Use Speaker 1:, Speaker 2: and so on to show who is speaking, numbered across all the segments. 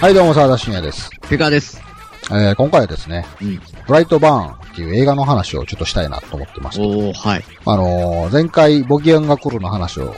Speaker 1: はい、どうも、沢田信也です。
Speaker 2: ペカです。
Speaker 1: えー、今回はですね、
Speaker 2: うん。
Speaker 1: ブライトバーンっていう映画の話をちょっとしたいなと思ってまして、
Speaker 2: おー、はい。
Speaker 1: あのー前回、ボギアンが来るの話を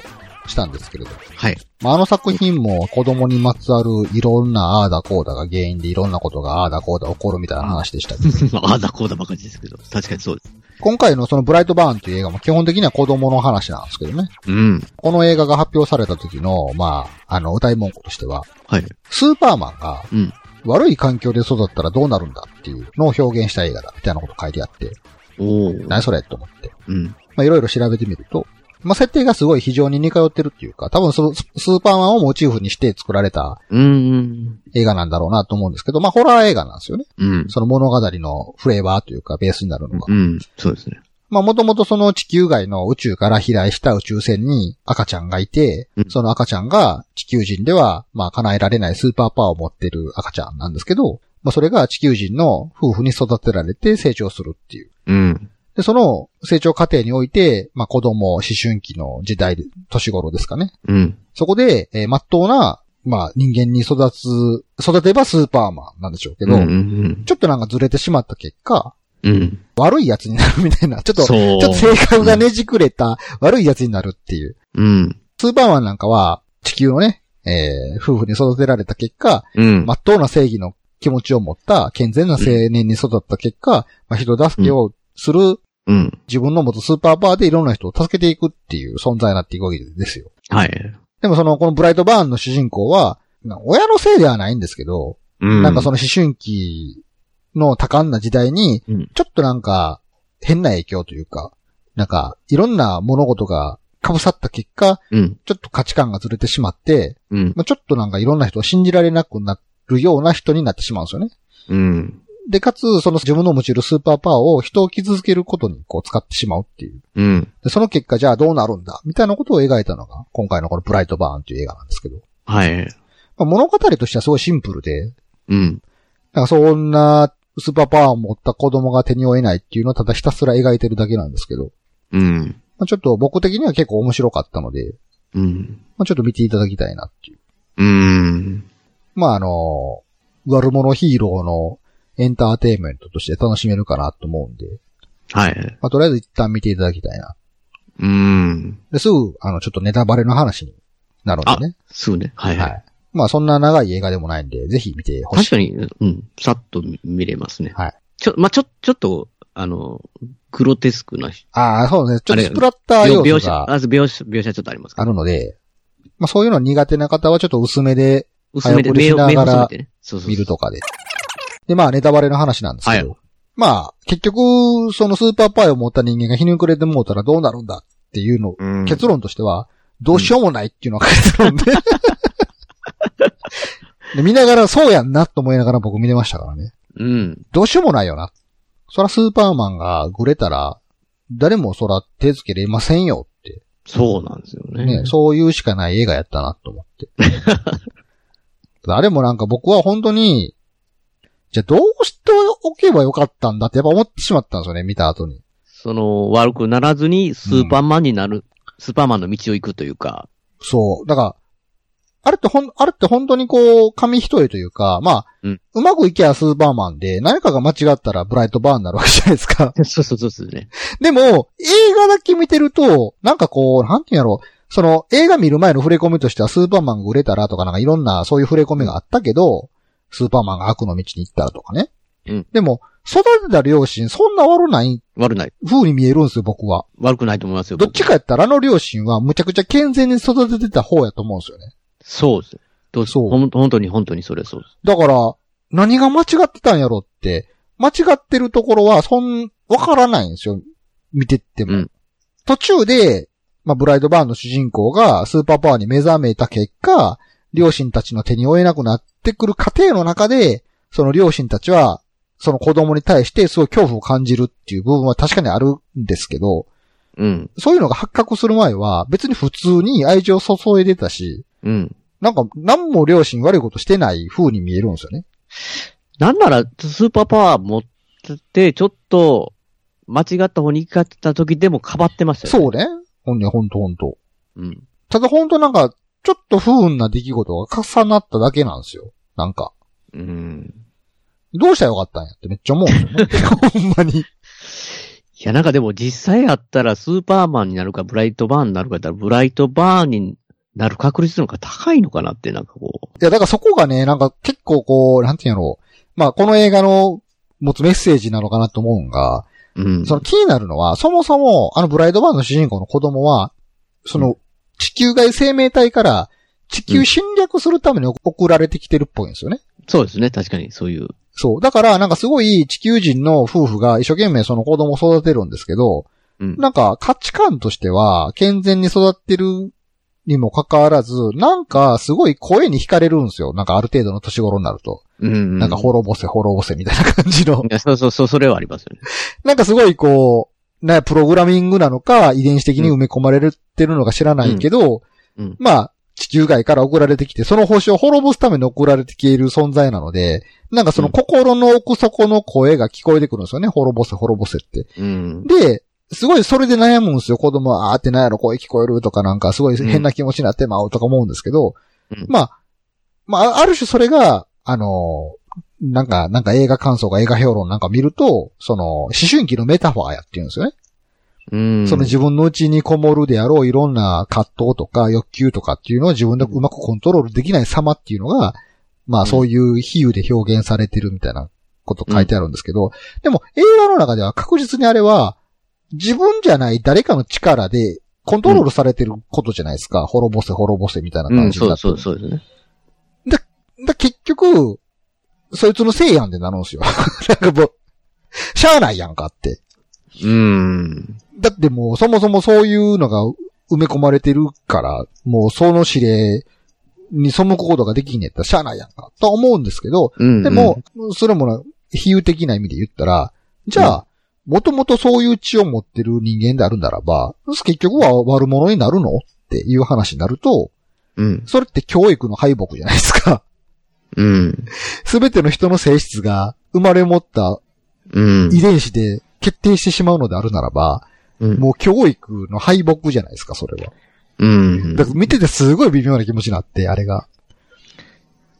Speaker 1: したんですけれど、
Speaker 2: はい。
Speaker 1: まあ、あの作品も子供にまつわるいろんなあーだこうだが原因でいろんなことがあーだこうだ起こるみたいな話でしたけど、
Speaker 2: まあ、あーだこうだばかりですけど。確かにそうです。
Speaker 1: 今回のそのブライトバーンっていう映画も基本的には子供の話なんですけどね、
Speaker 2: うん。
Speaker 1: この映画が発表された時の、まあ、あの、歌い文句としては、
Speaker 2: はい。
Speaker 1: スーパーマンが
Speaker 2: うん。
Speaker 1: 悪い環境で育ったらどうなるんだっていうのを表現した映画だみたいなこと書いてあって、
Speaker 2: おー。
Speaker 1: 何それと思って。
Speaker 2: うん。
Speaker 1: まあ、いろいろ調べてみると、まあ、設定がすごい非常に似通ってるっていうか、多分そのススーパーマンをモチーフにして作られた
Speaker 2: うん。
Speaker 1: 映画なんだろうなと思うんですけど、まあ、ホラー映画なんですよね。
Speaker 2: うん。
Speaker 1: その物語のフレーバーというかベースになるのが。
Speaker 2: うん。そうですね。
Speaker 1: まあ、もともとその地球外の宇宙から飛来した宇宙船に赤ちゃんがいて
Speaker 2: う、ん
Speaker 1: その赤ちゃんが地球人では、まあ、叶えられないスーパーパワーを持ってる赤ちゃんなんですけど、まあ、それが地球人の夫婦に育てられて成長するっていう。
Speaker 2: うん。
Speaker 1: で、その成長過程において、まあ、子供、思春期の時代、年頃ですかね。
Speaker 2: うん。
Speaker 1: そこで、えー、真っ当な、まあ、人間に育つ、育てばスーパーマンなんでしょうけ
Speaker 2: う
Speaker 1: ど、
Speaker 2: ん。
Speaker 1: ちょっとなんかずれてしまった結果、
Speaker 2: うん。
Speaker 1: 悪いやつになるみたいな、ちょっと
Speaker 2: そう。
Speaker 1: ちょっと性格がねじくれた悪いやつになるっていう。
Speaker 2: うん。
Speaker 1: スーパーマンなんかは地球のね、えー、夫婦に育てられた結果、
Speaker 2: うん
Speaker 1: ま。っとうな正義の気持ちを持った健全な青年に育った結果、まあ、人助けをする
Speaker 2: うん。
Speaker 1: 自分の持つスーパーバーでいろんな人を助けていくっていう存在になっていくわけですよ。
Speaker 2: はい。
Speaker 1: でもその、このブライトバーンの主人公は、な親のせいではないんですけど、
Speaker 2: うん。
Speaker 1: なんかそ
Speaker 2: の、
Speaker 1: の思春期の多感な時代に
Speaker 2: うん、
Speaker 1: ちょっとなんか変な影響というか、なんかいろんな物事が被さった結果、
Speaker 2: うん。
Speaker 1: ちょっと価値観がずれてしまって、
Speaker 2: うん。
Speaker 1: まあ、ちょっとなんかいろんな人を信じられなくなるような人になってしまうんですよね。
Speaker 2: うん。
Speaker 1: で、かつ、その自分の持ちるスーパーパワーを人を傷つけることにこう使ってしまうっていう。
Speaker 2: うん。
Speaker 1: でその結果、じゃあどうなるんだみたいなことを描いたのが、今回のこのブライトバーンという映画なんですけど。
Speaker 2: はい。
Speaker 1: まあ、物語としてはすごいシンプルで、
Speaker 2: うん。
Speaker 1: なんかそんなスーパーパワーを持った子供が手に負えないっていうのをただひたすら描いてるだけなんですけど、
Speaker 2: うん。
Speaker 1: まあ、ちょっと僕的には結構面白かったので、
Speaker 2: うん。
Speaker 1: まあ、ちょっと見ていただきたいなっていう。
Speaker 2: うん。
Speaker 1: まああの、悪者ヒーローのエンターテインメントとして楽しめるかなと思うんで、
Speaker 2: はい。
Speaker 1: まあ、とりあえず一旦見ていただきたいな。
Speaker 2: うん。
Speaker 1: ですぐ、あの、ちょっとネタバレの話になるんでね。
Speaker 2: そうね。はい。
Speaker 1: はい。まあそんな長い映画でもないんで、ぜひ見てほしい。
Speaker 2: 確かに、うん、さっと見れますね。
Speaker 1: はい。
Speaker 2: ちょ、まあ、ちょ、ちょっと、あの、グロテスクな
Speaker 1: ああ、そうね。ちょっとスプラッター
Speaker 2: 描
Speaker 1: 要
Speaker 2: 描
Speaker 1: 素
Speaker 2: 写、
Speaker 1: が
Speaker 2: あ描写、描写ちょっとありますけ
Speaker 1: あ
Speaker 2: ど。
Speaker 1: るので、まあそういうの苦手な方はちょっと薄めで
Speaker 2: 薄めで、
Speaker 1: 早送り
Speaker 2: 目
Speaker 1: し
Speaker 2: を、
Speaker 1: ながら
Speaker 2: 目を細めてね。そうそうそう
Speaker 1: 見る。とかで。で、まあ、ネタバレの話なんですけど。
Speaker 2: は
Speaker 1: まあ、結局、そのスーパーパイを持った人間がひねくれてもうたらどうなるんだっていうの、
Speaker 2: うん
Speaker 1: 結論としては、どうしようもないっていうのが書いてある んで。で見ながら、そうやんなと思いながら僕見れましたからね。
Speaker 2: うん。
Speaker 1: どうしようもないよな。そらスーパーマンがぐれたら、誰もそら手つけれませんよって、
Speaker 2: そうなんですよね。
Speaker 1: ね、そういうしかない映画やったなと思 って。あれもなんか僕は本当に、じゃあどうしておけばよかったんだってやっぱ思ってしまったんですよね、見た後に。
Speaker 2: その、悪くならずに、スーパーマンになる、スーパーマンの道を行くというか、
Speaker 1: そう。だから、あれってほん、あれって本当にこう、紙一重というか、まあ、
Speaker 2: うん
Speaker 1: まくいけばスーパーマンで、何かが間違ったらブライトバーンになるわけじゃないですか。
Speaker 2: そうそうそうそうね。
Speaker 1: でも、映画だけ見てると、なんかこう、なんていうんやろう、その映画見る前の触れ込みとしてはスーパーマンが売れたらとかなんかいろんなそういう触れ込みがあったけど、スーパーマンが悪の道に行ったらとかね。
Speaker 2: うん
Speaker 1: でも、育てた両親そんな悪ない
Speaker 2: 悪ない、
Speaker 1: 風に見えるんですよ、僕は。
Speaker 2: 悪くないと思いますよ。
Speaker 1: どっち
Speaker 2: 僕
Speaker 1: かやったらあの両親はむちゃくちゃ健全に育ててた方やと思うんですよね。
Speaker 2: そうです。どう
Speaker 1: そう
Speaker 2: ほん本当に、本当にそれそうです。
Speaker 1: だから、何が間違ってたんやろって、間違ってるところは、そん、わからないんですよ。見てっても。
Speaker 2: うん
Speaker 1: 途中で、まあ、ブライドバーンの主人公がスーパーパワーに目覚めた結果、両親たちの手に負えなくなってくる過程の中で、その両親たちは、その子供に対してすごい恐怖を感じるっていう部分は確かにあるんですけど、
Speaker 2: うん。
Speaker 1: そういうのが発覚する前は別に普通に愛情を注いでたし、
Speaker 2: うん。
Speaker 1: なんか何も両親悪いことしてない風に見えるんですよね。
Speaker 2: なんなら、スーパーパワー持ってて、ちょっと、間違った方に行かってた時でもかばってましたよ、
Speaker 1: そうね。ほんにほんとほんと。
Speaker 2: う。うん。
Speaker 1: ただほんとなんか、ちょっと不運な出来事が重なっただけなんですよ。なんか。
Speaker 2: うん。
Speaker 1: どうしたらよかったんやってめっちゃ思うんですよね。 ほんまに。
Speaker 2: いや、なんかでも実際あったらスーパーマンになるかブライトバーンになるかやったらブライトバーンになる確率の方が高いのかなって、なんかこ
Speaker 1: いや、だからそこがね、なんか結構こう、なんていうんやろう。まあ、この映画の持つメッセージなのかなと思うんが、
Speaker 2: う。うん。
Speaker 1: その気になるのは、そもそも、あのブライドバーンの主人公の子供は、その、地球外生命体から地球侵略するために送られてきてるっぽいんですよね。
Speaker 2: そうですね。確かに、そういう。
Speaker 1: そう。だから、なんかすごい地球人の夫婦が一生懸命その子供を育てるんですけど、
Speaker 2: うん。
Speaker 1: なんか価値観としては健全に育ってるにもかかわらず、なんかすごい声に惹かれるんですよ。なんかある程度の年頃になると。
Speaker 2: うん。
Speaker 1: なんか
Speaker 2: ほ
Speaker 1: 滅ぼせ滅ぼせみたいな感じの。
Speaker 2: そうそうそう、それはありますよね。
Speaker 1: なんかすごいこう、ね、プログラミングなのか、遺伝子的に埋め込まれてるのか知らないけど、
Speaker 2: うんうん
Speaker 1: まあ、地球外から送られてきて、その星を滅ぼすために送られてきている存在なので、なんかその心の奥底の声が聞こえてくるんですよね。滅ぼせ、滅ぼせって。
Speaker 2: うん。
Speaker 1: で、すごいそれで悩むんですよ。子供は、あーってなんやろ、声聞こえるとかなんか、すごい変な気持ちになってまうとか思うんですけど、
Speaker 2: うん
Speaker 1: まあ、まあ、ある種それが、あのーなんか、なんか映画感想が映画評論なんか見ると、その、思春期のメタファーやっていうんですよね。
Speaker 2: うん。
Speaker 1: その自分の内にこもるであろういろんな葛藤とか欲求とかっていうのを自分でうまくコントロールできない様っていうのが、まあそういう比喩で表現されてるみたいなこと書いてあるんですけど、でも映画の中では確実にあれは、自分じゃない誰かの力でコントロールされてることじゃないですか。滅ぼせ滅ぼせみたいな
Speaker 2: う
Speaker 1: 感
Speaker 2: ん、
Speaker 1: じに
Speaker 2: そ
Speaker 1: な
Speaker 2: う
Speaker 1: って
Speaker 2: そうそうですね。
Speaker 1: だ結局、そいつのせいやんでなるんですよ。 なんかもう、しゃあないやんかって。
Speaker 2: うん。
Speaker 1: だってもう、そもそもそういうのが埋め込まれてるから、もうその指令に背くことができんねやったらしゃあないやんか、とは思うんですけど、
Speaker 2: うん。
Speaker 1: でも、それもな、比喩的な意味で言ったら、じゃあ、もともとそういう血を持ってる人間であるならば、結局は悪者になるのっていう話になると、
Speaker 2: うん、
Speaker 1: それって教育の敗北じゃないですか。
Speaker 2: うん。
Speaker 1: すべての人の性質が生まれ持った
Speaker 2: うん。
Speaker 1: 遺伝子で決定してしまうのであるならば、
Speaker 2: うん。
Speaker 1: もう教育の敗北じゃないですか、それは。
Speaker 2: うん
Speaker 1: だから見ててすごい微妙な気持ちになって、あれが。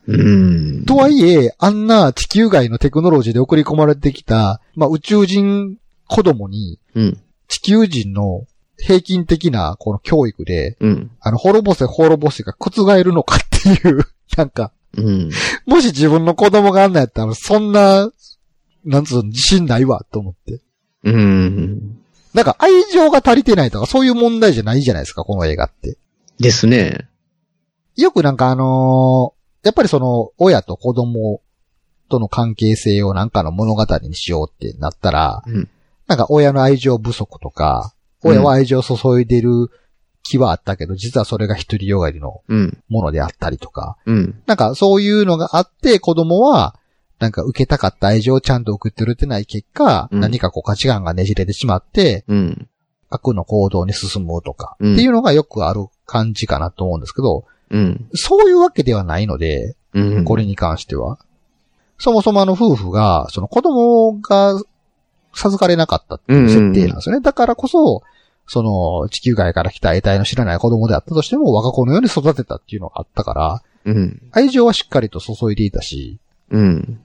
Speaker 2: うん。
Speaker 1: とはいえ、あんな地球外のテクノロジーで送り込まれてきた、まあ宇宙人子供に
Speaker 2: うん。
Speaker 1: 地球人の平均的なこの教育で、
Speaker 2: うん。
Speaker 1: あの、滅ぼせ滅ぼせが覆るのかっていう、 なんか、
Speaker 2: うん。
Speaker 1: もし自分の子供があんなんやったら、そんな、なんつうの、自信ないわ、と思って。
Speaker 2: うん。
Speaker 1: なんか愛情が足りてないとか、そういう問題じゃないじゃないですか、この映画って。
Speaker 2: ですね。
Speaker 1: よくなんかあのーやっぱりその、親と子供との関係性をなんかの物語にしようってなったら、
Speaker 2: うん
Speaker 1: なんか親の愛情不足とか、
Speaker 2: うん
Speaker 1: 親は愛情を注いでる気はあったけど、実はそれが一人よがりの
Speaker 2: うん。
Speaker 1: ものであったりとか、
Speaker 2: うん。
Speaker 1: なんかそういうのがあって、子供は、なんか受けたかった愛情をちゃんと送ってくれてない結果、
Speaker 2: うん
Speaker 1: 何かこう価値観がねじれてしまって、
Speaker 2: うん。
Speaker 1: 悪の行動に進むとか、
Speaker 2: うん
Speaker 1: っていうのがよくある感じかなと思うんですけど、
Speaker 2: うん。
Speaker 1: そういうわけではないので、
Speaker 2: うん。
Speaker 1: これに関しては。そもそもあの夫婦が、その子供が授かれなかったっていう設定なんですよね。だからこそ、その地球外から来た得体の知らない子供であったとしても我が子のように育てたっていうのがあったから、
Speaker 2: うん。
Speaker 1: 愛情はしっかりと注いでいたし、
Speaker 2: うん。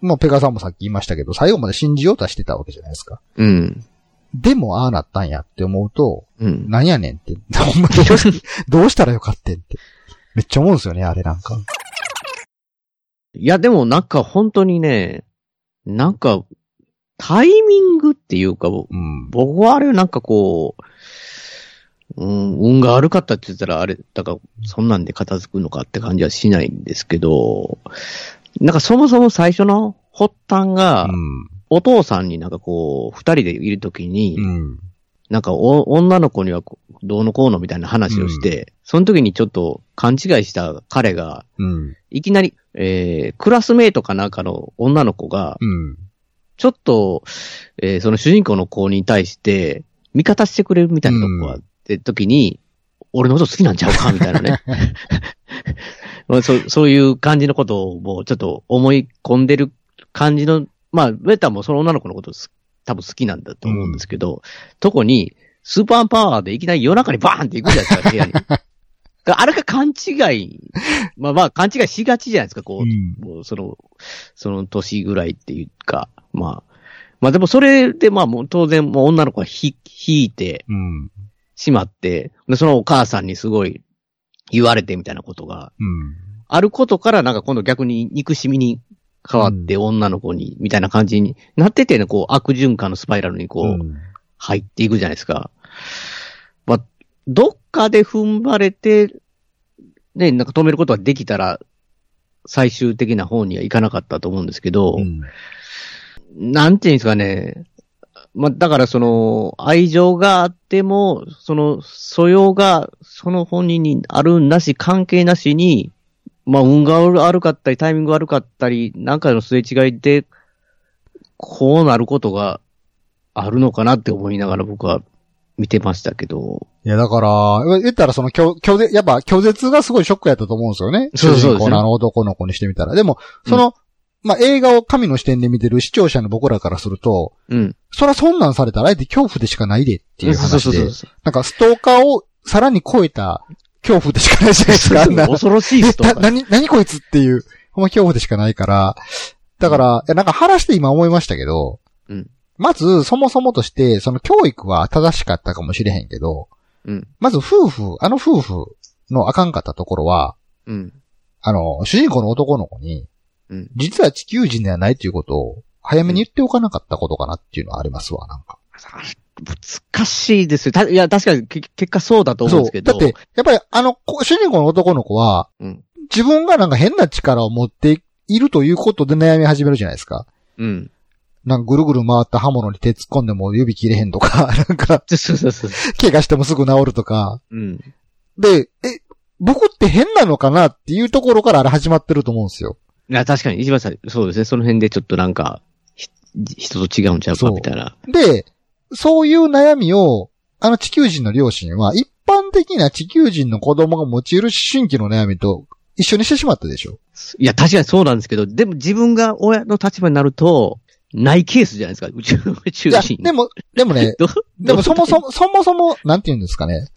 Speaker 1: まあペガさんもさっき言いましたけど、最後まで信じようとはしてたわけじゃないですか。
Speaker 2: うん。
Speaker 1: でもああなったんやって思うと、
Speaker 2: うん。
Speaker 1: なんやねんって、 ほんまにどうしどうしたらよかってんって。めっちゃ思うんですよね、あれなんか。
Speaker 2: いや、でもなんか本当にね、なんか、タイミングっていうか、僕
Speaker 1: うん。
Speaker 2: 僕はあれなんかこう、うん、運が悪かったって言ったらあれ、だからそんなんで片付くのかって感じはしないんですけど、なんかそもそも最初の発端が、
Speaker 1: うん。
Speaker 2: お父さんになんかこう、二人でいるときに、
Speaker 1: うん。
Speaker 2: なんかお女の子にはこうどうのこうのみたいな話をして、その時にちょっと勘違いした彼が、
Speaker 1: うん。
Speaker 2: いきなり、えー、クラスメイトかなんかの女の子が、
Speaker 1: うん。
Speaker 2: ちょっと、えーその主人公の子に対して、味方してくれるみたいなとこがあって、時に、俺のこと好きなんちゃうかみたいな ね。まあ、そうそういう感じのことをもうちょっと思い込んでる感じの、まあ、ベタもその女の子のことす多分好きなんだと思うん ですけど、とこに、スーパーパワーでいきなり夜中にバーンって行くじゃないですか、部屋に。あれが勘違い、まあまあ勘違いしがちじゃないですか、こう、
Speaker 1: うん
Speaker 2: もうその、その年ぐらいっていうか、まあ、まあでもそれでまあもう当然もう女の子はひ、引いて
Speaker 1: うん。
Speaker 2: しまって、で、そのお母さんにすごい言われてみたいなことが、
Speaker 1: うん。
Speaker 2: あることからなんか今度逆に憎しみに変わって女の子に、みたいな感じになっててね、こう悪循環のスパイラルにこう、
Speaker 1: うん
Speaker 2: 入っていくじゃないですか。まあ、どっかで踏ん張れて、ね、なんか止めることができたら、最終的な方にはいかなかったと思うんですけど、
Speaker 1: うん。
Speaker 2: なんていうんですかね。まあ、だからその、愛情があっても、その素養がその本人にあるなし、関係なしに、まあ、運が悪かったり、タイミング悪かったり、なんかのすれ違いで、こうなることがあるのかなって思いながら僕は見てましたけど。
Speaker 1: いや、だから、言ったらその拒、拒絶、やっぱ拒絶がすごいショックやったと思うんですよね。
Speaker 2: そうそうですね
Speaker 1: 主人公のあの男の子にしてみたら。でも、その、まあ、映画を神の視点で見てる視聴者の僕らからすると、
Speaker 2: うん。
Speaker 1: そらそんなんされたらあえて恐怖でしかないでっていう
Speaker 2: そうそ
Speaker 1: 話
Speaker 2: うそ
Speaker 1: で
Speaker 2: う、そう。
Speaker 1: なんかストーカーをさらに超えた恐怖でしかないじゃないですか。あんな
Speaker 2: 恐ろしい
Speaker 1: え
Speaker 2: 人
Speaker 1: な、なに、なにこいつっていう、ほんま恐怖でしかないから、だから、いやなんか話して今思いましたけど、
Speaker 2: うん
Speaker 1: まず、そもそもとして、その教育は正しかったかもしれへんけど、
Speaker 2: うん。
Speaker 1: まず夫婦、あの夫婦のあかんかったところは、
Speaker 2: うん。
Speaker 1: あの、主人公の男の子に、
Speaker 2: うん
Speaker 1: 実は地球人ではないということを、早めに言っておかなかったことかなっていうのはありますわ、なんか。
Speaker 2: 難しいですよ。たいや、確かにけ結果そうだと思うんですけど。
Speaker 1: だって、やっぱりあの、こ主人公の男の子は、
Speaker 2: うん。
Speaker 1: 自分がなんか変な力を持っているということで悩み始めるじゃないですか。
Speaker 2: うん。
Speaker 1: なんかぐるぐる回った刃物に手突っ込んでも指切れへんとか、 なんか、
Speaker 2: そうそうそう。
Speaker 1: 怪我してもすぐ治るとか。
Speaker 2: うん。
Speaker 1: で、え、僕って変なのかなっていうところからあれ始まってると思うんですよ。
Speaker 2: いや、確かに、一番最初、そうですね。その辺でちょっとなんか、ひ人と違うんちゃう
Speaker 1: そ
Speaker 2: か、
Speaker 1: う
Speaker 2: みたいな。
Speaker 1: で、そういう悩みを、あの地球人の両親は、一般的な地球人の子供が持ち得る思春期の悩みと一緒にしてしまったでしょ。
Speaker 2: いや、確かにそうなんですけど、でも自分が親の立場になると、ないケースじゃないですか、宇宙、宇
Speaker 1: い
Speaker 2: 宙
Speaker 1: や、
Speaker 2: 人。
Speaker 1: でも、でもね、
Speaker 2: ど、
Speaker 1: でもそもそ
Speaker 2: も、
Speaker 1: も、そもそも、なんて言うんですかね。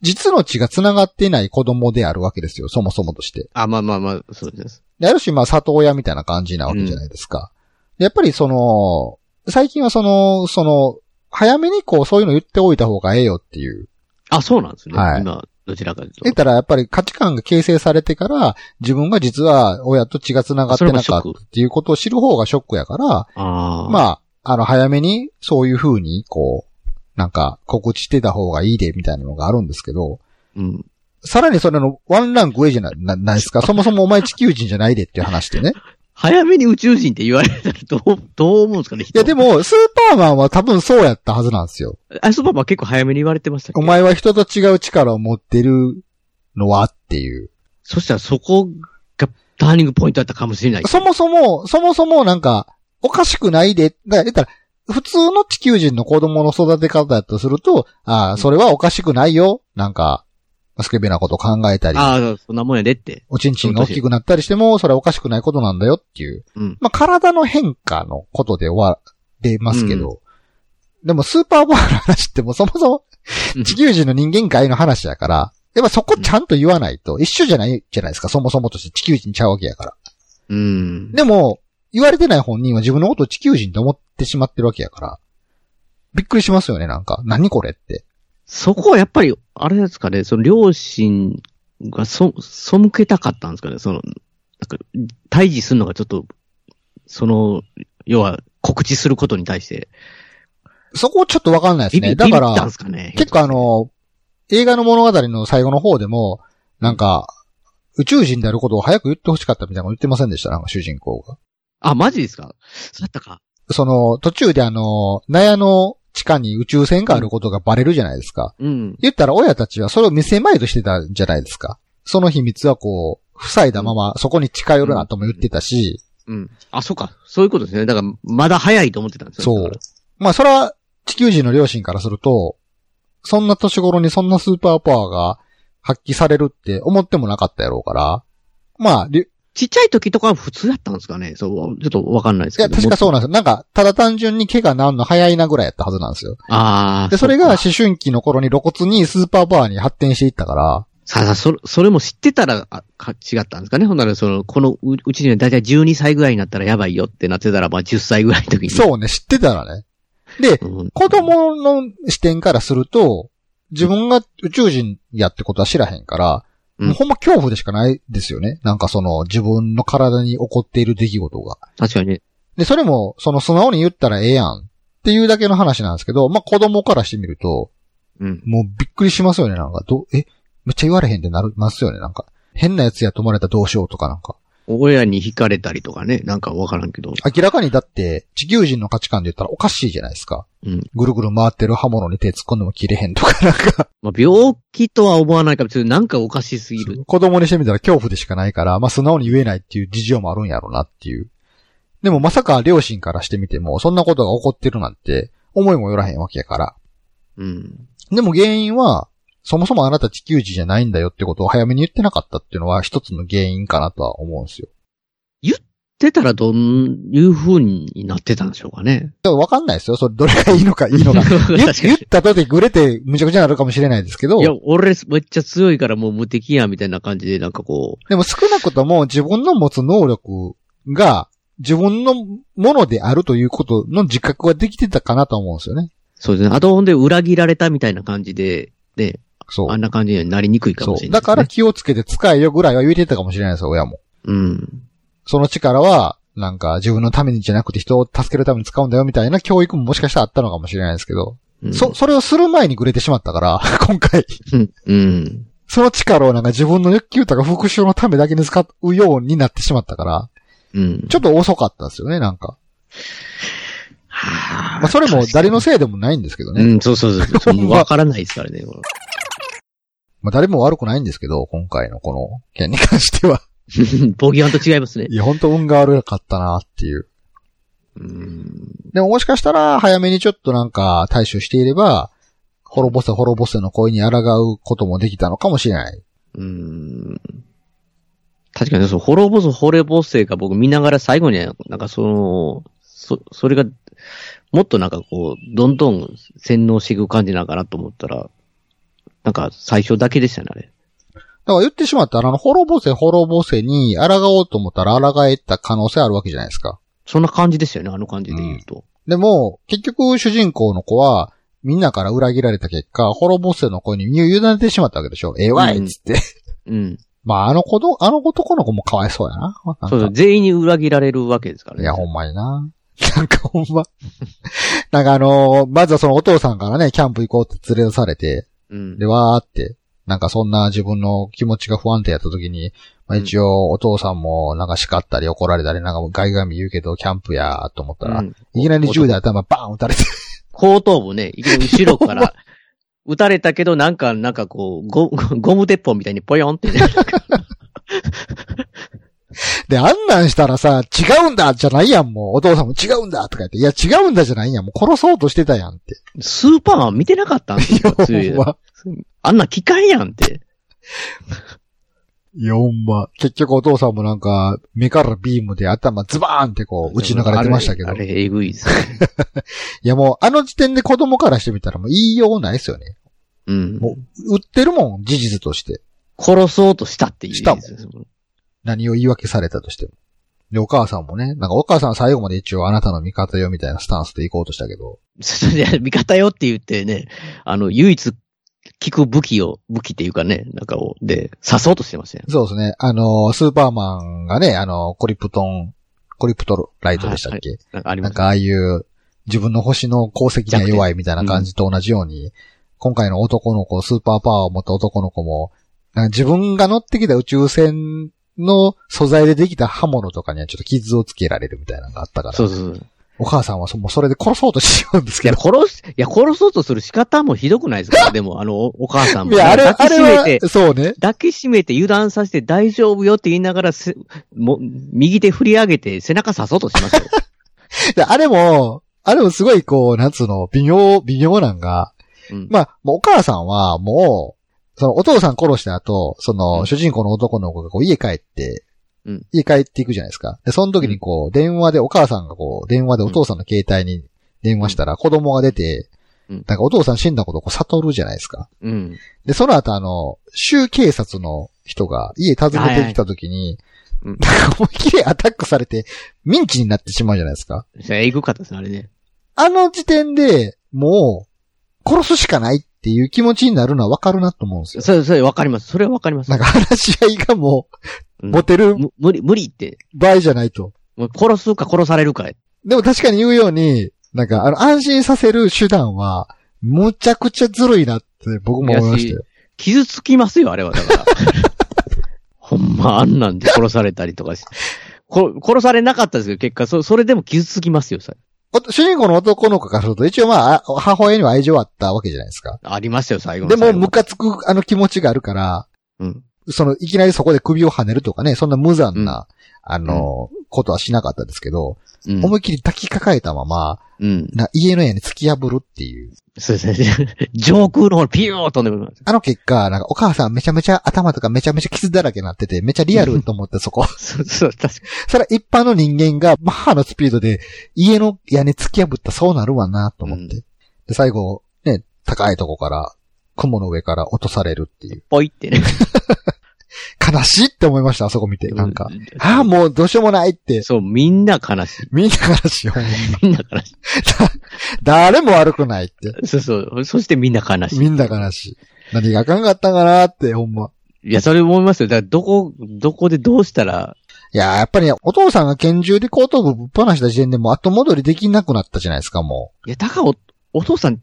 Speaker 1: 実の血が繋がっていない子供であるわけですよ、そもそもとして。
Speaker 2: あ、まあまあまあ、そうです。
Speaker 1: で、ある種、まあ、里親みたいな感じなわけじゃないですか。でやっぱり、その、最近はその、その、早めにこう、そういうの言っておいた方がええよっていう。
Speaker 2: あ、そうなんですね。
Speaker 1: はい
Speaker 2: 今、どちらかというと。
Speaker 1: 言ったら、やっぱり価値観が形成されてから、自分が実は親と血が繋がってなかったっていうことを知る方がショックやから、
Speaker 2: ああ。あ、
Speaker 1: まあ、あの、早めに、そういう風に、こう、なんか、告知してた方がいいで、みたいなのがあるんですけど、
Speaker 2: うん。
Speaker 1: さらにそれのワンランク上じゃななないですか。そもそもお前地球人じゃないでっていう話でね。
Speaker 2: 早めに宇宙人って言われたらどう、 どう思うんですかね、
Speaker 1: い
Speaker 2: 人
Speaker 1: や、でも、スーパーマンは多分そうやったはずなんですよ。
Speaker 2: あ、スーパーマン結構早めに言われてましたけ
Speaker 1: お
Speaker 2: ど。
Speaker 1: 前は人と違う力を持ってるのはっていう。
Speaker 2: そしたらそこがターニングポイントだったかもしれない。
Speaker 1: そもそも、そもそもなんか、おかしくないで、だから言ったら、普通の地球人の子供の育て方だとすると、ああ、それはおかしくないよ。なんか、スケベなこと考えたり、
Speaker 2: ああ、そんなもんやでって。
Speaker 1: おちんちんが大きくなったりしても、それはおかしくないことなんだよっていう。
Speaker 2: うん。
Speaker 1: まあ、体の変化のことで終われますけど、でもスーパーボールの話ってもうそもそも
Speaker 2: うん
Speaker 1: 地球人の人間界の話やから、やっぱそこちゃんと言わないと、一緒じゃないじゃないですか、そもそもとして地球人ちゃうわけやから。
Speaker 2: うん。
Speaker 1: でも、言われてない本人は自分のことを地球人と思ってしまってるわけやから、びっくりしますよね、なんか。何これって。
Speaker 2: そこはやっぱり、あれですかね、その両親がそ、背けたかったんですかね、その、なんか、対峙するのがちょっと、その、要は、告知することに対して、
Speaker 1: そこちょっとわかんないです
Speaker 2: ビビ,、
Speaker 1: ね。
Speaker 2: ビ
Speaker 1: だ
Speaker 2: ビ
Speaker 1: か
Speaker 2: ったん
Speaker 1: ら
Speaker 2: で、すかね。
Speaker 1: 結構あ、の、映画の物語の最後の方でも、なんか、宇宙人であることを早く言ってほしかったみたいなこと言ってませんでした、なんか主人公が。
Speaker 2: あ、マジですかそうだったか。
Speaker 1: その、途中であの、納屋の地下に宇宙船があることがバレるじゃないですか。
Speaker 2: うん。
Speaker 1: 言ったら親たちはそれを見せまいとしてたんじゃないですか。その秘密はこう、塞いだまま、そこに近寄るなとも言ってたし、
Speaker 2: うん。あ、そうか。そういうことですね。だから、まだ早いと思ってたんですよ。
Speaker 1: そう
Speaker 2: だから
Speaker 1: まあそれは地球人の両親からすると、そんな年頃にそんなスーパーパワーが発揮されるって思ってもなかったやろうから、まあ、りい
Speaker 2: ちっちゃい時とかは普通だったんですかねそう、ちょっとわかんないですけ
Speaker 1: や、
Speaker 2: ど。
Speaker 1: 確かそう
Speaker 2: う。
Speaker 1: なんですよ。なんか、ただ単純に怪我なんの早いなぐらいやったはずなんですよ。
Speaker 2: ああ。
Speaker 1: で、それが
Speaker 2: う
Speaker 1: 思
Speaker 2: か
Speaker 1: 春期の頃に露骨にスーパーパワーに発展していったから、
Speaker 2: さあさあ、それ、それも知ってたら、あ、か、違ったんですかねほんなら、その、この、ううちにはだいたい12歳ぐらいになったらやばいよってなってたら、まあ10歳ぐらいの時に。
Speaker 1: そうね、知ってたらね。で、
Speaker 2: うん。
Speaker 1: 子供の視点からすると、自分が宇宙人やってことは知らへんから、
Speaker 2: うん
Speaker 1: もうほんま恐怖でしかないですよね。なんかその自分の体に起こっている出来事が。
Speaker 2: 確かにね。
Speaker 1: で、それも、その素直に言ったらええやんっていうだけの話なんですけど、まあ子供からしてみると、
Speaker 2: うん。
Speaker 1: もうびっくりしますよね、なんか。ど、え、めっちゃ言われへんってなりますよね、なんか。変なやつやと思われたらどうしようとかなんか。
Speaker 2: 親に惹かれたりとかね。なんかわからんけど。
Speaker 1: 明らかにだって、地球人の価値観で言ったらおかしいじゃないですか。
Speaker 2: うん。
Speaker 1: ぐるぐる回ってる刃物に手突っ込んでも切れへんとか、なんか。
Speaker 2: まあ病気とは思わないから、ちょっとなんかおかしすぎる。
Speaker 1: 子供にしてみたら恐怖でしかないから、まあ素直に言えないっていう事情もあるんやろうなっていう。でもまさか両親からしてみても、そんなことが起こってるなんて、思いもよらへんわけやから。
Speaker 2: うん。
Speaker 1: でも原因は、そもそもあなた地球人じゃないんだよってことを早めに言ってなかったっていうのは一つの原因かなとは思うんですよ。
Speaker 2: 出たらどんいう風になってたんでしょうかね。
Speaker 1: だからわかんないですよ。それどれがいい のかいいのか。
Speaker 2: 確
Speaker 1: 言
Speaker 2: か
Speaker 1: 言っ
Speaker 2: に。
Speaker 1: たとてぐれてむちゃくちゃになるかもしれないですけど
Speaker 2: い、や、俺めっちゃ強いからもう無敵や、みたいな感じで、なんかこ
Speaker 1: でも少なくとも自分の持つ能力が自分のものであるということの自覚はできてたかなと思うんですよね。
Speaker 2: う、そうですね。あとほんで裏切られたみたいな感じで、で、
Speaker 1: そう。
Speaker 2: あんな感じになりにくいか
Speaker 1: そ
Speaker 2: も
Speaker 1: う。
Speaker 2: しれない、
Speaker 1: だから、気をつけて使えよぐらいは言えてたかもしれないですよ、親も。
Speaker 2: うん。
Speaker 1: その力は、なんか自分のためにじゃなくて人を助けるために使うんだよみたいな教育ももしかしたらあったのかもしれないですけど、
Speaker 2: うん、
Speaker 1: そ、それをする前にぐれてしまったから、 今回、
Speaker 2: うん。うん。
Speaker 1: その力をなんか自分の欲求とか復讐のためだけに使うようになってしまったから、
Speaker 2: うん。
Speaker 1: ちょっと遅かったですよね、なんか。
Speaker 2: はあ
Speaker 1: まあそれも誰のせいでもないんですけどね。
Speaker 2: うん、そうそうそう。そ
Speaker 1: ほん
Speaker 2: う
Speaker 1: ま
Speaker 2: わからないですからね。
Speaker 1: まあ誰も悪くないんですけど、今回のこの件に関しては。
Speaker 2: ボギアンと違いますね。
Speaker 1: いや、本当運が悪かったなっていう。
Speaker 2: うん。
Speaker 1: でももしかしたら、早めにちょっとなんか、対処していれば、滅ぼせ滅ぼせの声に抗うこともできたのかもしれない。
Speaker 2: うん。確かにね、そう、滅ぼす滅ぼせが僕見ながら最後に、なんかその、そ、それが、もっとなんかこう、どんどん洗脳していく感じなんかなと思ったら、なんか最初だけでしたね、あれ。
Speaker 1: だから言ってしまったら、あの、滅ぼせ滅ぼせに抗おうと思ったら抗えた可能性あるわけじゃないですか。
Speaker 2: そんな感じでしたよね、あの感じで言うと。
Speaker 1: でも、結局主人公の子は、みんなから裏切られた結果、滅ぼせの声に身を委ねてしまったわけでしょ。ええわいっつって。
Speaker 2: うん。
Speaker 1: まあ、あの子ど、あの男の子もかわいそうやな。なんか
Speaker 2: そうそう、全員に裏切られるわけですからね。
Speaker 1: いや、ほんまにな。 なんかほんま。 なんかあのーまずはそのお父さんからね、キャンプ行こうって連れ出されて、
Speaker 2: うん
Speaker 1: で、。わーって、なんかそんな自分の気持ちが不安定やった時に、まあ、一応お父さんもなんか叱ったり怒られたり、なんかもうガイガミ言うけど、キャンプやーと思ったら、
Speaker 2: うん
Speaker 1: いきなり銃で頭バーン撃たれて、
Speaker 2: 後頭部ね、いきなり後ろから、 撃たれたけど、なんか、なんかこう、ゴ ゴム鉄砲みたいにポヨンってね。
Speaker 1: で、あんなんしたらさ、違うんだじゃないやん、もう。お父さんも違うんだとか言って、いや、違うんだじゃないやん、もう殺そうとしてたやんって。
Speaker 2: スーパーマン見てなかったんですよ、
Speaker 1: ほ
Speaker 2: 強い
Speaker 1: んま。
Speaker 2: あんな機械やんって。
Speaker 1: いや、ほんま。結局お父さんもなんか、目からビームで頭ズバーンってこう、打ちながら出ましたけど。
Speaker 2: あ
Speaker 1: い
Speaker 2: れ、あれえぐいですね。
Speaker 1: や、もう、あの時点で子供からしてみたらもう言いようないですよね。
Speaker 2: うん。
Speaker 1: もう、売ってるもん、事実として。
Speaker 2: 殺そうとしたっていう。
Speaker 1: したもん何を言い訳されたとしても。で、お母さんもね、なんかお母さんは最後まで一応あなたの味方よみたいなスタンスで行こうとしたけど、
Speaker 2: それで味方よって言ってね、あの、唯一聞く武器を、武器っていうかね、なんかを、で、刺そうとしてましたよ。
Speaker 1: そうですね、あのー、スーパーマンがね、あのー、コリプトン、コリプトライトでしたっけ、
Speaker 2: なんかありま
Speaker 1: なん
Speaker 2: す。
Speaker 1: かああいう自分の星の功績には弱いみたいな感じと同じように、今回の男の子、スーパーパワーを持った男の子も、なんか自分が乗ってきた宇宙船の素材でできた刃物とかにはちょっと傷をつけられるみたいなのがあったから、
Speaker 2: そうそうそう。
Speaker 1: お母さんはそもうそれで殺そうとしようんです
Speaker 2: い
Speaker 1: け
Speaker 2: や、
Speaker 1: ど。
Speaker 2: 殺す、いや、殺そうとする仕方もひどくないですかでも、あの、おお母さん
Speaker 1: い
Speaker 2: も。
Speaker 1: や、あれ、
Speaker 2: なんか
Speaker 1: あ
Speaker 2: 抱きしめて
Speaker 1: れは、そうね。
Speaker 2: 抱きしめて油断させて大丈夫よって言いながらせ、も、右手振り上げて背中刺そうとしました よ。
Speaker 1: であれも、あれもすごいこう、なんつうの、微妙、微妙なんが、
Speaker 2: うん。
Speaker 1: まあ、もうお母さんはもう、そのお父さん殺した後、そうの
Speaker 2: ん
Speaker 1: 主人公の男の子がこう家帰って、
Speaker 2: うん
Speaker 1: 家帰っていくじゃないですか。で、その時にこう電話でお母さんがこう電話でお父さんの携帯に電話したら子供が出て、
Speaker 2: うん
Speaker 1: だからお父さん死んだことをこう悟るじゃないですか。
Speaker 2: うん。
Speaker 1: で、その後あの、州警察の人が家訪ねてきた時に、
Speaker 2: はいうん
Speaker 1: なんか思いっきりアタックされて、ミンチになってしまうじゃないですか。
Speaker 2: えぐかったですね、あれね。
Speaker 1: あの時点で、もう、殺すしかないっていう気持ちになるのはわかるなと思うんですよ。
Speaker 2: それ、それわかります。それはわかります。
Speaker 1: なんか話し合いがもう、
Speaker 2: うん
Speaker 1: モテる
Speaker 2: む無理、無理って。
Speaker 1: 場合じゃないと。
Speaker 2: もう殺すか殺されるか。
Speaker 1: でも確かに言うように、なんか、あの、安心させる手段は、むちゃくちゃずるいなって僕も思いましたよ。
Speaker 2: 傷つきますよ、あれは。だ から。ほんま、あんなんで殺されたりとかし。こ殺されなかったですけど、結果、そそれでも傷つきますよ、さ
Speaker 1: お主人公の男の子からすると、一応まあ、あ母親には愛情はあったわけじゃないですか。
Speaker 2: ありましたよ、最後の
Speaker 1: でも、
Speaker 2: 最後
Speaker 1: ムカつくあの気持ちがあるから、
Speaker 2: うん。
Speaker 1: その、いきなりそこで首を跳ねるとかね、そんな無残な、あの、ことはしなかったですけど、
Speaker 2: うん。
Speaker 1: 思いっきり抱きかかえたまま、
Speaker 2: うん。
Speaker 1: な家の屋に突き破るっていう。
Speaker 2: そうですね。 上空の方にピューッと飛んでくる。
Speaker 1: あの結果、なんかお母さんめちゃめちゃ頭とかめちゃめちゃ傷だらけになってて、めちゃリアルと思ってそ こ。
Speaker 2: そう、そう、確か
Speaker 1: それは一般の人間がマッハのスピードで家の屋根突き破ったらそうなるわなと思って。
Speaker 2: うん
Speaker 1: で、最後、ね、高いとこから、雲の上から落とされるっていう。
Speaker 2: ぽいってね。
Speaker 1: 悲しいって思いました、あそこ見て。なん か。
Speaker 2: う。
Speaker 1: ああ、もうどうしようもないって。
Speaker 2: そう、みんな悲しい。
Speaker 1: みんな悲しい。ほんま
Speaker 2: みんな悲し
Speaker 1: 誰も悪くないって。
Speaker 2: い。そうそう。そしてみんな悲しい。
Speaker 1: みんな悲しい。何があかんかったんかなって、ほんま。
Speaker 2: いや、それ思いますよ。だから、どこ、どこでどうしたら、
Speaker 1: いやー、やっぱりね、お父さんが拳銃で後頭部ぶっ放した時点でもう後戻りできなくなったじゃないですか、も
Speaker 2: いや、だからお、お父さん、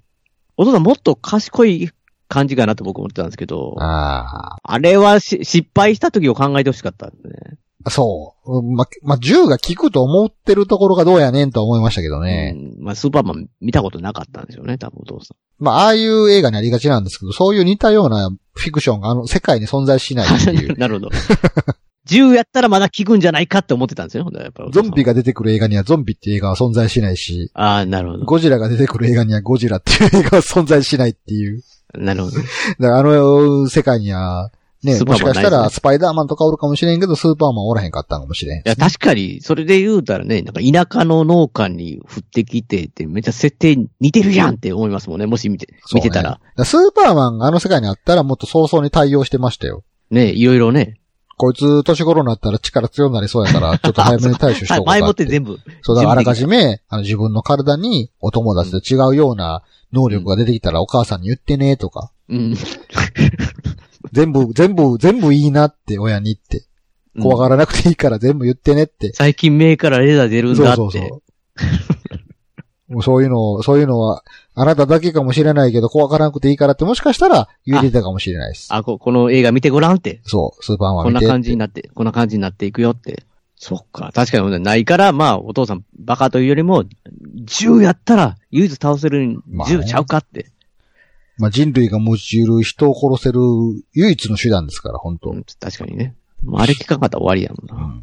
Speaker 2: お父さんもっと賢い感じかなと僕思ってたんですけど
Speaker 1: う。、あ
Speaker 2: あれはし失敗した時を考えてほしかったんですね。
Speaker 1: あ、そう。うんま、ま、銃が効くと思ってるところがどうやねんとは思いましたけどね。
Speaker 2: うん、まあ、スーパーマン見たことなかったんでしょうね、多分お父さん。。
Speaker 1: まあ、ああいう映画にありがちなんですけど、そういう似たようなフィクションがあの世界に存在しないっていう
Speaker 2: なるほど。銃やったらまだ効くんじゃないかって思ってたんですよね、ほんとはやっぱりお父
Speaker 1: ゾ
Speaker 2: さん
Speaker 1: ン
Speaker 2: は
Speaker 1: ビが出てくる映画にはゾンビっていう映画は存在しないし、
Speaker 2: ああ、なるほど。
Speaker 1: ゴジラが出てくる映画にはゴジラっていう映画は存在しないっていう。
Speaker 2: なるほど。
Speaker 1: だからあの世界には、ね、
Speaker 2: スーパ
Speaker 1: も
Speaker 2: ー
Speaker 1: し
Speaker 2: マ
Speaker 1: か
Speaker 2: ンないですね
Speaker 1: したらスパイダーマンとかおるかもしれんけど、スーパーマンおらへんかったんかもしれん
Speaker 2: い。や、確かに、それで言うたらね、なんか田舎の農家に降ってきてって、めっちゃ設定似てるやんって思いますもんね、もし見て、
Speaker 1: そう
Speaker 2: 見
Speaker 1: ね
Speaker 2: てたら。
Speaker 1: だからスーパーマンがあの世界にあったらもっと早々に対応してましたよ。
Speaker 2: ね、いろいろね。
Speaker 1: こいつ年頃になったら力強くなりそうや から、ちょっと早めに対処し
Speaker 2: は
Speaker 1: とこ
Speaker 2: い、
Speaker 1: うか
Speaker 2: 前も
Speaker 1: っ
Speaker 2: って
Speaker 1: て。
Speaker 2: 全部。
Speaker 1: そう、だからあらかじめ、あの自分の体にお友達と違うような能力が出てきたらお母さんに言ってねとか、
Speaker 2: うん。
Speaker 1: 全部、全部、全部いいなって親にって、怖
Speaker 2: うん
Speaker 1: がらなくていいから 全部言ってねって。
Speaker 2: 最近目からレーダー出るんだって。
Speaker 1: そうそうそう。もうそういうのを、そういうのは、あなただけかもしれないけど、怖がらなくていいからってもしかしたら言うてたかもしれないです。
Speaker 2: あこ、この映画見てごらんって。
Speaker 1: そう、スーパーマン
Speaker 2: こん
Speaker 1: 見てって
Speaker 2: な感じになって、こんな感じになっていくよって。そっか。確かにないから、まあ、お父さんバカというよりも、銃やったら、唯一倒せる
Speaker 1: まあね
Speaker 2: 銃ちゃうかって。
Speaker 1: まあ、人類が持ち得る人を殺せる唯一の手段ですから、本当、
Speaker 2: うん確かにね。もうあれ聞かんかったら終わりやもんな。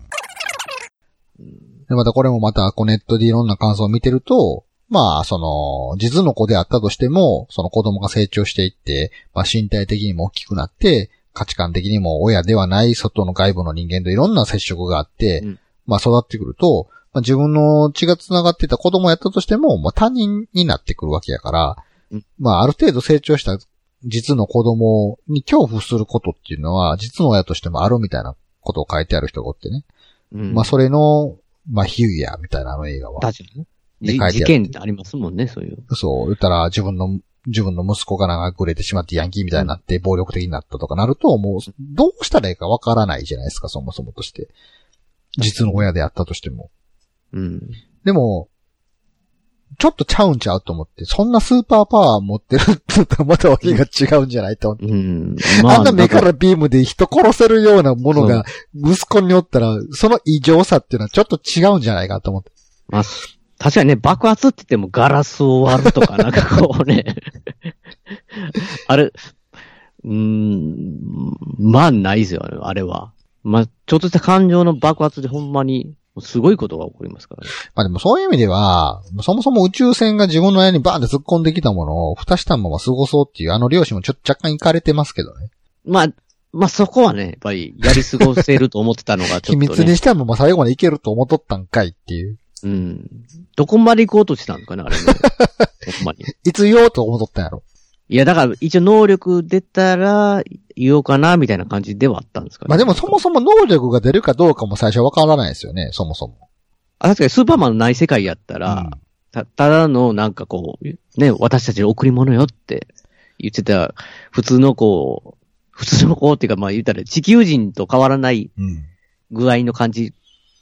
Speaker 1: で、またこれもまた、こうネットでいろんな感想を見てると、まあ、その、実の子であったとしても、その子供が成長していって、まあ身体的にも大きくなって、価値観的にも親ではない外の外部の人間といろんな接触があって、
Speaker 2: うん
Speaker 1: まあ育ってくると、まあ自分の血が繋がってた子供やったとしても、まあ他人になってくるわけやから、
Speaker 2: うん
Speaker 1: まあある程度成長した実の子供に恐怖することっていうのは、実の親としてもあるみたいなことを書いてある人がおってね。
Speaker 2: うん
Speaker 1: まあ、それの、まあ、ヒューや、みたいなあの映画は。
Speaker 2: 確かにね。
Speaker 1: で書い
Speaker 2: じ
Speaker 1: てある
Speaker 2: 事件ってありますもんね、そういう。
Speaker 1: そう、言ったら自分の、自分の息子が長く売れてしまってヤンキーみたいになって暴力的になったとかなると、もう、どうしたらいいかわからないじゃないですか、そもそもとして。実の親であったとしても。
Speaker 2: うん。
Speaker 1: でも、ちょっとちゃうんちゃうと思って、そんなスーパーパワー持ってるってとまたわけが違うんじゃないと思って。
Speaker 2: うん。
Speaker 1: あんな目か
Speaker 2: なん
Speaker 1: らビームで人殺せるようなものが息子におったら、その異常さっていうのはちょっと違うんじゃないかと思って
Speaker 2: まあ、す確かにね、爆発って言ってもガラスを割るとか、なんかこうね。 あれ、うーん、まあないですよ、あれは。まあ、ちょっとした感情の爆発でほんまに、すごいことが起こりますからね。
Speaker 1: まあでもそういう意味では、そもそも宇宙船が自分の親にバーンって突っ込んできたものを蓋したまま過ごそうっていう、あの漁師もちょっと若干行かれてますけどね。
Speaker 2: まあ、まあそこはね、やっぱりやり過ごせると思ってたのがち
Speaker 1: 秘
Speaker 2: ょっと、ね。
Speaker 1: 密にしてはもう最後まで行けると思っとったんかいっていう。
Speaker 2: うん。どこまで行こうとしてたのか な、あれね。ほんまに。
Speaker 1: いつ言おうと思っとったんやろ。
Speaker 2: いや、だから、一応能力出たら、言おうかな、みたいな感じではあったんですかね。
Speaker 1: まあでもそもそも能力が出るかどうかも最初はわからないですよね、そもそも。
Speaker 2: あ確かにスーパーマンのない世界やったら、た、ただのなんかこう、ね、私たちの贈り物よって言ってた、普通のこう、普通の子っていうか、まあ言ったら地球人と変わらない
Speaker 1: うん。うん。
Speaker 2: 具合の感じ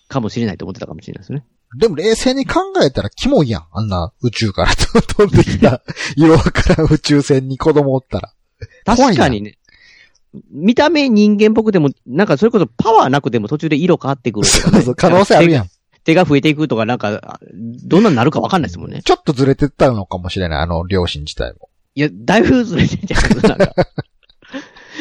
Speaker 2: かもしれないと思ってたかもしれないですね。
Speaker 1: でも冷静に考えたらキモいやん。あんな宇宙から 飛んできた、色から宇宙船に子供おったら。怖いな
Speaker 2: 確かにね。見た目人間っぽくても、なんかそれこそパワーなくても途中で色変わってくるとか
Speaker 1: そう
Speaker 2: ね、
Speaker 1: そう、可能性あるやん。
Speaker 2: 手が増えていくとか、なんか、あどんなになるかわかんないですもんね。
Speaker 1: ちょっとずれてったのかもしれない、あの両親自体も。
Speaker 2: いや、だいぶずれてんじゃん、な んか。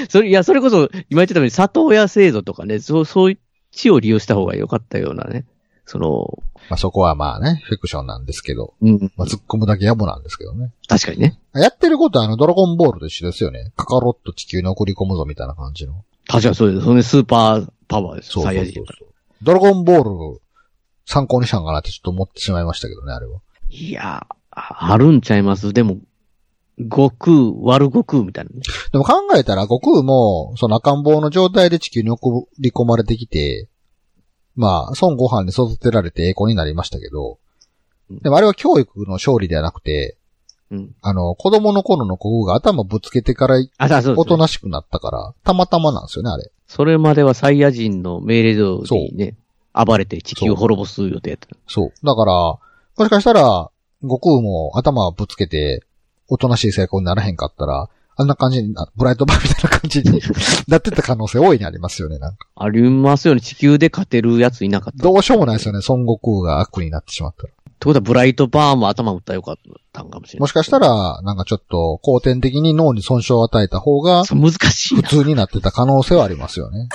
Speaker 2: それ、いや、それこそ、今言ってたように、里親制度とかね、そう、そういう地を利用した方が良かったようなね。その、
Speaker 1: まあそこはまあね、フィクションなんですけど。
Speaker 2: うん、
Speaker 1: まあ突っ込むだけ野暮なんですけどね。
Speaker 2: 確かにね。
Speaker 1: やってることはあのドラゴンボールと一緒ですよね。カカロット地球に送り込むぞみたいな感じの。
Speaker 2: 確かにそうです。それスーパーパワーです。
Speaker 1: そうそう
Speaker 2: サイ
Speaker 1: そ
Speaker 2: ヤ
Speaker 1: う
Speaker 2: 人やから
Speaker 1: そう。ドラゴンボール参考にしたんかなってちょっと思ってしまいましたけどね、あれは。
Speaker 2: いや、ああるんちゃいます。でも、悟空、悪悟空みたいなね。
Speaker 1: でも考えたら悟空も、その赤ん坊の状態で地球に送り込まれてきて、まあ、孫悟飯に育てられて栄光になりましたけど、でもあれは教育の勝利ではなくて、
Speaker 2: うん。
Speaker 1: あの、子供の頃の悟空が頭ぶつけてから
Speaker 2: あ、そうそう
Speaker 1: お
Speaker 2: そう
Speaker 1: となしくなったから、たまたまなんですよね、あれ。
Speaker 2: それまではサイヤ人の命令通りにね、暴れて地球を滅ぼす予定やった。
Speaker 1: そう。だから、もしかしたら、悟空も頭ぶつけて、おとなしい成功にならへんかったら、あんな感じにな、ブライトバーンみたいな感じになってた可能性大いにありますよね、なんか。
Speaker 2: ありますよね。地球で勝てるやついなかった。
Speaker 1: どうしようもないですよね、孫悟空が悪になってしまったら。
Speaker 2: ってことは、ブライトバーンも頭打ったらよかったんかもしれない。
Speaker 1: もしかしたら、なんかちょっと、後天的に脳に損傷を与えた方が、
Speaker 2: そう、難しい
Speaker 1: 普
Speaker 2: な。
Speaker 1: 通になってた可能性はありますよね。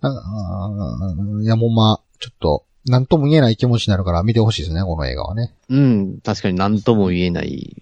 Speaker 1: なんかあーいや、もうまあ、ちょっと、なんとも言えない気持ちになるから見てほしいですね、この映画はね。
Speaker 2: うん、確かに何とも言えない。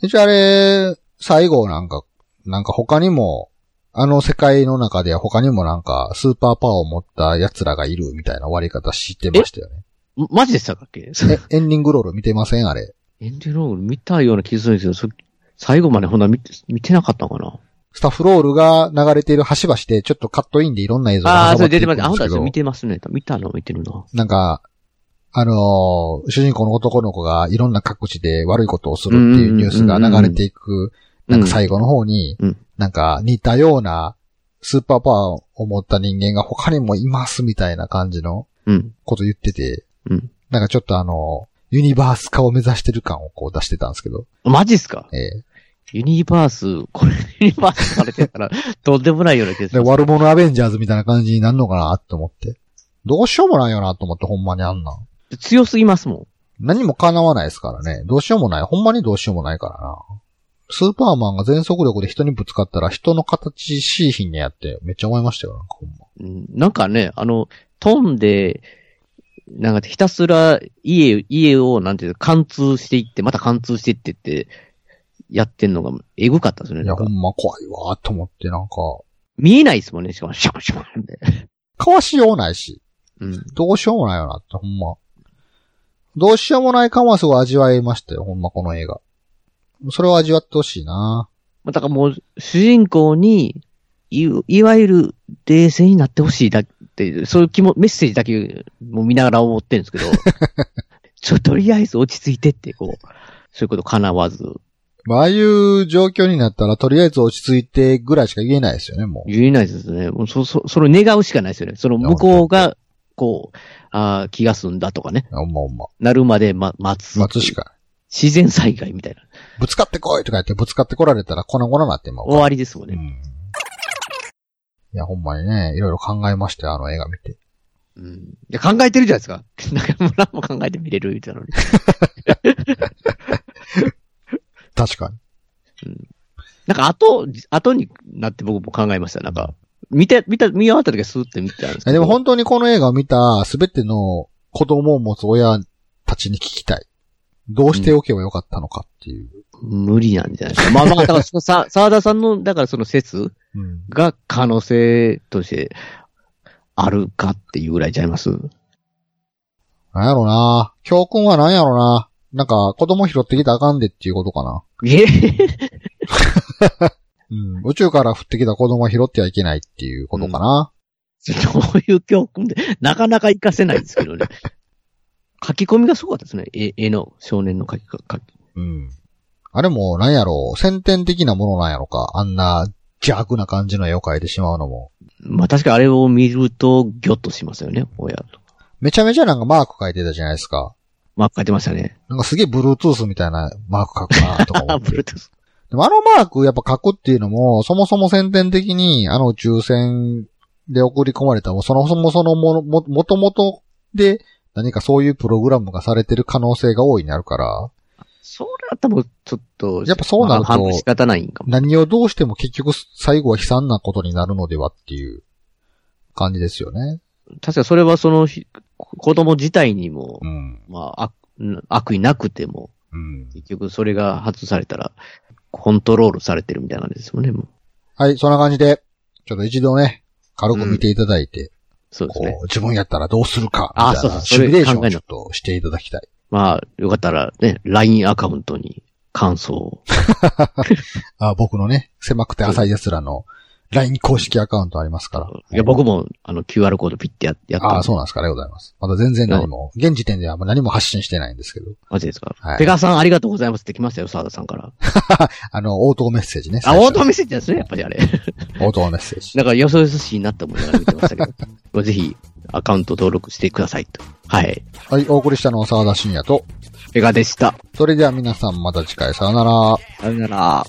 Speaker 1: 一応あれ、最後なんか、なんか他にも、あの世界の中では他にもなんか、スーパーパワーを持った奴らがいるみたいな終わり方知ってましたよね。
Speaker 2: んマジでしたっけ
Speaker 1: え、エンディングロール見てませんあれ。
Speaker 2: エンディングロール見たような気がするんですけど、そ最後までほんなら見て見てなかったのかな
Speaker 1: スタッフロールが流れている端々で、ちょっとカットインでいろんな映像
Speaker 2: あ
Speaker 1: が
Speaker 2: あー、
Speaker 1: 挟ま
Speaker 2: それ
Speaker 1: っていく
Speaker 2: 出て
Speaker 1: ん
Speaker 2: ま。
Speaker 1: です
Speaker 2: あ、ほんと
Speaker 1: すけ
Speaker 2: はそれ
Speaker 1: ど
Speaker 2: 見、てますね。見たの見てるな。
Speaker 1: なんか、あのー主人公の男の子がいろんな各地で悪いことをするっていうニュースが流れていく、なんか最後の方に、
Speaker 2: うん
Speaker 1: なんか似たようなスーパーパワーを持った人間が他にもいますみたいな感じの
Speaker 2: うん。
Speaker 1: こと言ってて、
Speaker 2: うん
Speaker 1: なんかちょっとあの、ユニバース化を目指してる感をこう出してたんですけど、
Speaker 2: マジっすか
Speaker 1: ええ
Speaker 2: ユニバース、これユニバースされてたら、とんでもないような気がす
Speaker 1: で
Speaker 2: る。
Speaker 1: 悪者アベンジャーズみたいな感じになるのかなって思って。どうしようもないよなと思って、ほんまにあんなん。
Speaker 2: 強すぎますもん。
Speaker 1: 何も叶わないですからね。どうしようもない。ほんまにどうしようもないからな。スーパーマンが全速力で人にぶつかったら人の形しいひんねやってめっちゃ思いましたよ。なんかほんま。
Speaker 2: うんなんかね、あの、飛んで、なんかひたすら家、家をなんていうの貫通していって、また貫通していってって、やってんのが、えぐかったですね。
Speaker 1: い
Speaker 2: な
Speaker 1: や、
Speaker 2: んか
Speaker 1: ほんま怖いわーと思って、なんか、
Speaker 2: 見えないですもんね、しかも、シャンシャンって。
Speaker 1: かわしようないし、
Speaker 2: うん。
Speaker 1: どうしようもないよなって、ほんま。どうしようもない感はすごい味わえましたよ。ほんま、この映画。それを味わってほしいな
Speaker 2: まあだからもう、主人公に、い、いわゆる冷静になってほしいだって、そういう気も、メッセージだけも見ながら思ってる んですけど、ちょ、とりあえず落ち着いてって、こう、そういうこと叶わず、
Speaker 1: まあ、ああいう状況になったら、とりあえず落ち着いてぐらいしか言えないですよね、もう。
Speaker 2: 言えないですね。もうそ、そ、それを願うしかないですよね。その向こうが、こう、ああ、気が済んだとかね。
Speaker 1: ほんまほんま。
Speaker 2: なるまで、ま、待つ。
Speaker 1: 待つし。か。
Speaker 2: 自然災害みたいな。
Speaker 1: ぶつかってこいとか言って、ぶつかってこられたら粉々なってまうから
Speaker 2: 終わりですもん
Speaker 1: う
Speaker 2: ね。
Speaker 1: ん。いや、ほんまにね、いろいろ考えましたよ、あの映画見て。
Speaker 2: うん。いや、考えてるじゃないですか。 なんかもう何も考えて見れるみたいなのに。
Speaker 1: 確かに。
Speaker 2: なんか後、後になって僕も考えました。なんか、見て、見た、見終わった時はスーって見てたんですけ
Speaker 1: えで
Speaker 2: ど。
Speaker 1: も本当にこの映画を見たすべての子供を持つ親たちに聞きたい。どうしておけばよかったのかっていう。
Speaker 2: 無理なんじゃないですか。まあまあ、だからそのさ、沢田さんの、だからその説
Speaker 1: うん。
Speaker 2: が可能性としてあるかっていうぐらいちゃいます。
Speaker 1: あなんやろな。教訓はなんやろな。なんか、子供拾ってきたらあかんでっていうことかな。
Speaker 2: え
Speaker 1: うん。宇宙から降ってきた子供は拾ってはいけないっていうことかな。
Speaker 2: どういう教訓で、なかなか活かせないですけどね。書き込みがすごかったですね。絵絵の少年の書き書き。
Speaker 1: うん。あれも、なんやろ先天的なものなんやろか。あんな邪悪な感じの絵を描いてしまうのも。
Speaker 2: まあ確かにあれを見ると、ギョッとしますよね、親と。
Speaker 1: めちゃめちゃなんかマーク描いてたじゃないですか。
Speaker 2: まあ書いてましたね。
Speaker 1: なんかすげえブルートゥースみたいなマーク描くなとか思
Speaker 2: あ、
Speaker 1: っ
Speaker 2: ブ
Speaker 1: て。
Speaker 2: ルートゥース。
Speaker 1: でもあのマークやっぱ書くっていうのも、そもそも先天的にあの宇宙船で送り込まれた、もうそもそもそのもの、も、もともとで何かそういうプログラムがされてる可能性が大いにあるから、
Speaker 2: それだったらもうちょっと、
Speaker 1: やっぱそうなると
Speaker 2: まあ半分仕方ないんかも。
Speaker 1: 何をどうしても結局最後は悲惨なことになるのではっていう感じですよね。
Speaker 2: 確かそれはそのひ、子供自体にも
Speaker 1: う、ん。
Speaker 2: まあ悪、うん悪意なくても、
Speaker 1: うん。
Speaker 2: 結局それが外されたら、コントロールされてるみたいなんですよね、もう。
Speaker 1: はい、そんな感じで、ちょっと一度ね、軽く見ていただいて、
Speaker 2: そうです
Speaker 1: こ
Speaker 2: ね。
Speaker 1: う、自分やったらどうするか、み
Speaker 2: あ
Speaker 1: たい
Speaker 2: そう
Speaker 1: な
Speaker 2: そう
Speaker 1: シ
Speaker 2: そ
Speaker 1: ミ
Speaker 2: れ
Speaker 1: ュレーション
Speaker 2: 考え
Speaker 1: を
Speaker 2: る
Speaker 1: ちょっとしていただきたい。
Speaker 2: まあ、よかったらね、LINE アカウントに感想を。
Speaker 1: あ僕のね、狭くて浅い奴らの LINE 公式アカウントありますから。
Speaker 2: いや、僕も、あの、QR コードピッてややったんで。
Speaker 1: ああ、そうなんですかね、ございます。まだ全然何も、現時点ではあんま何も発信してないんですけど。
Speaker 2: マジですか。
Speaker 1: はい
Speaker 2: ペガさんありがとうございますって来ましたよ、澤田さ んから。
Speaker 1: あの、応答メッセージね。
Speaker 2: あ、オート
Speaker 1: メ
Speaker 2: メッセージですね、やっぱりあれ。
Speaker 1: 応答メッセージ。
Speaker 2: なんか、よそよそしいなって思いながら見てましたけど。ぜひ、アカウント登録してくださいと。はい。
Speaker 1: はい、お送りしたのは沢田信也と、
Speaker 2: ペガでした。
Speaker 1: それでは皆さんまた次回さよなら。
Speaker 2: さよなら。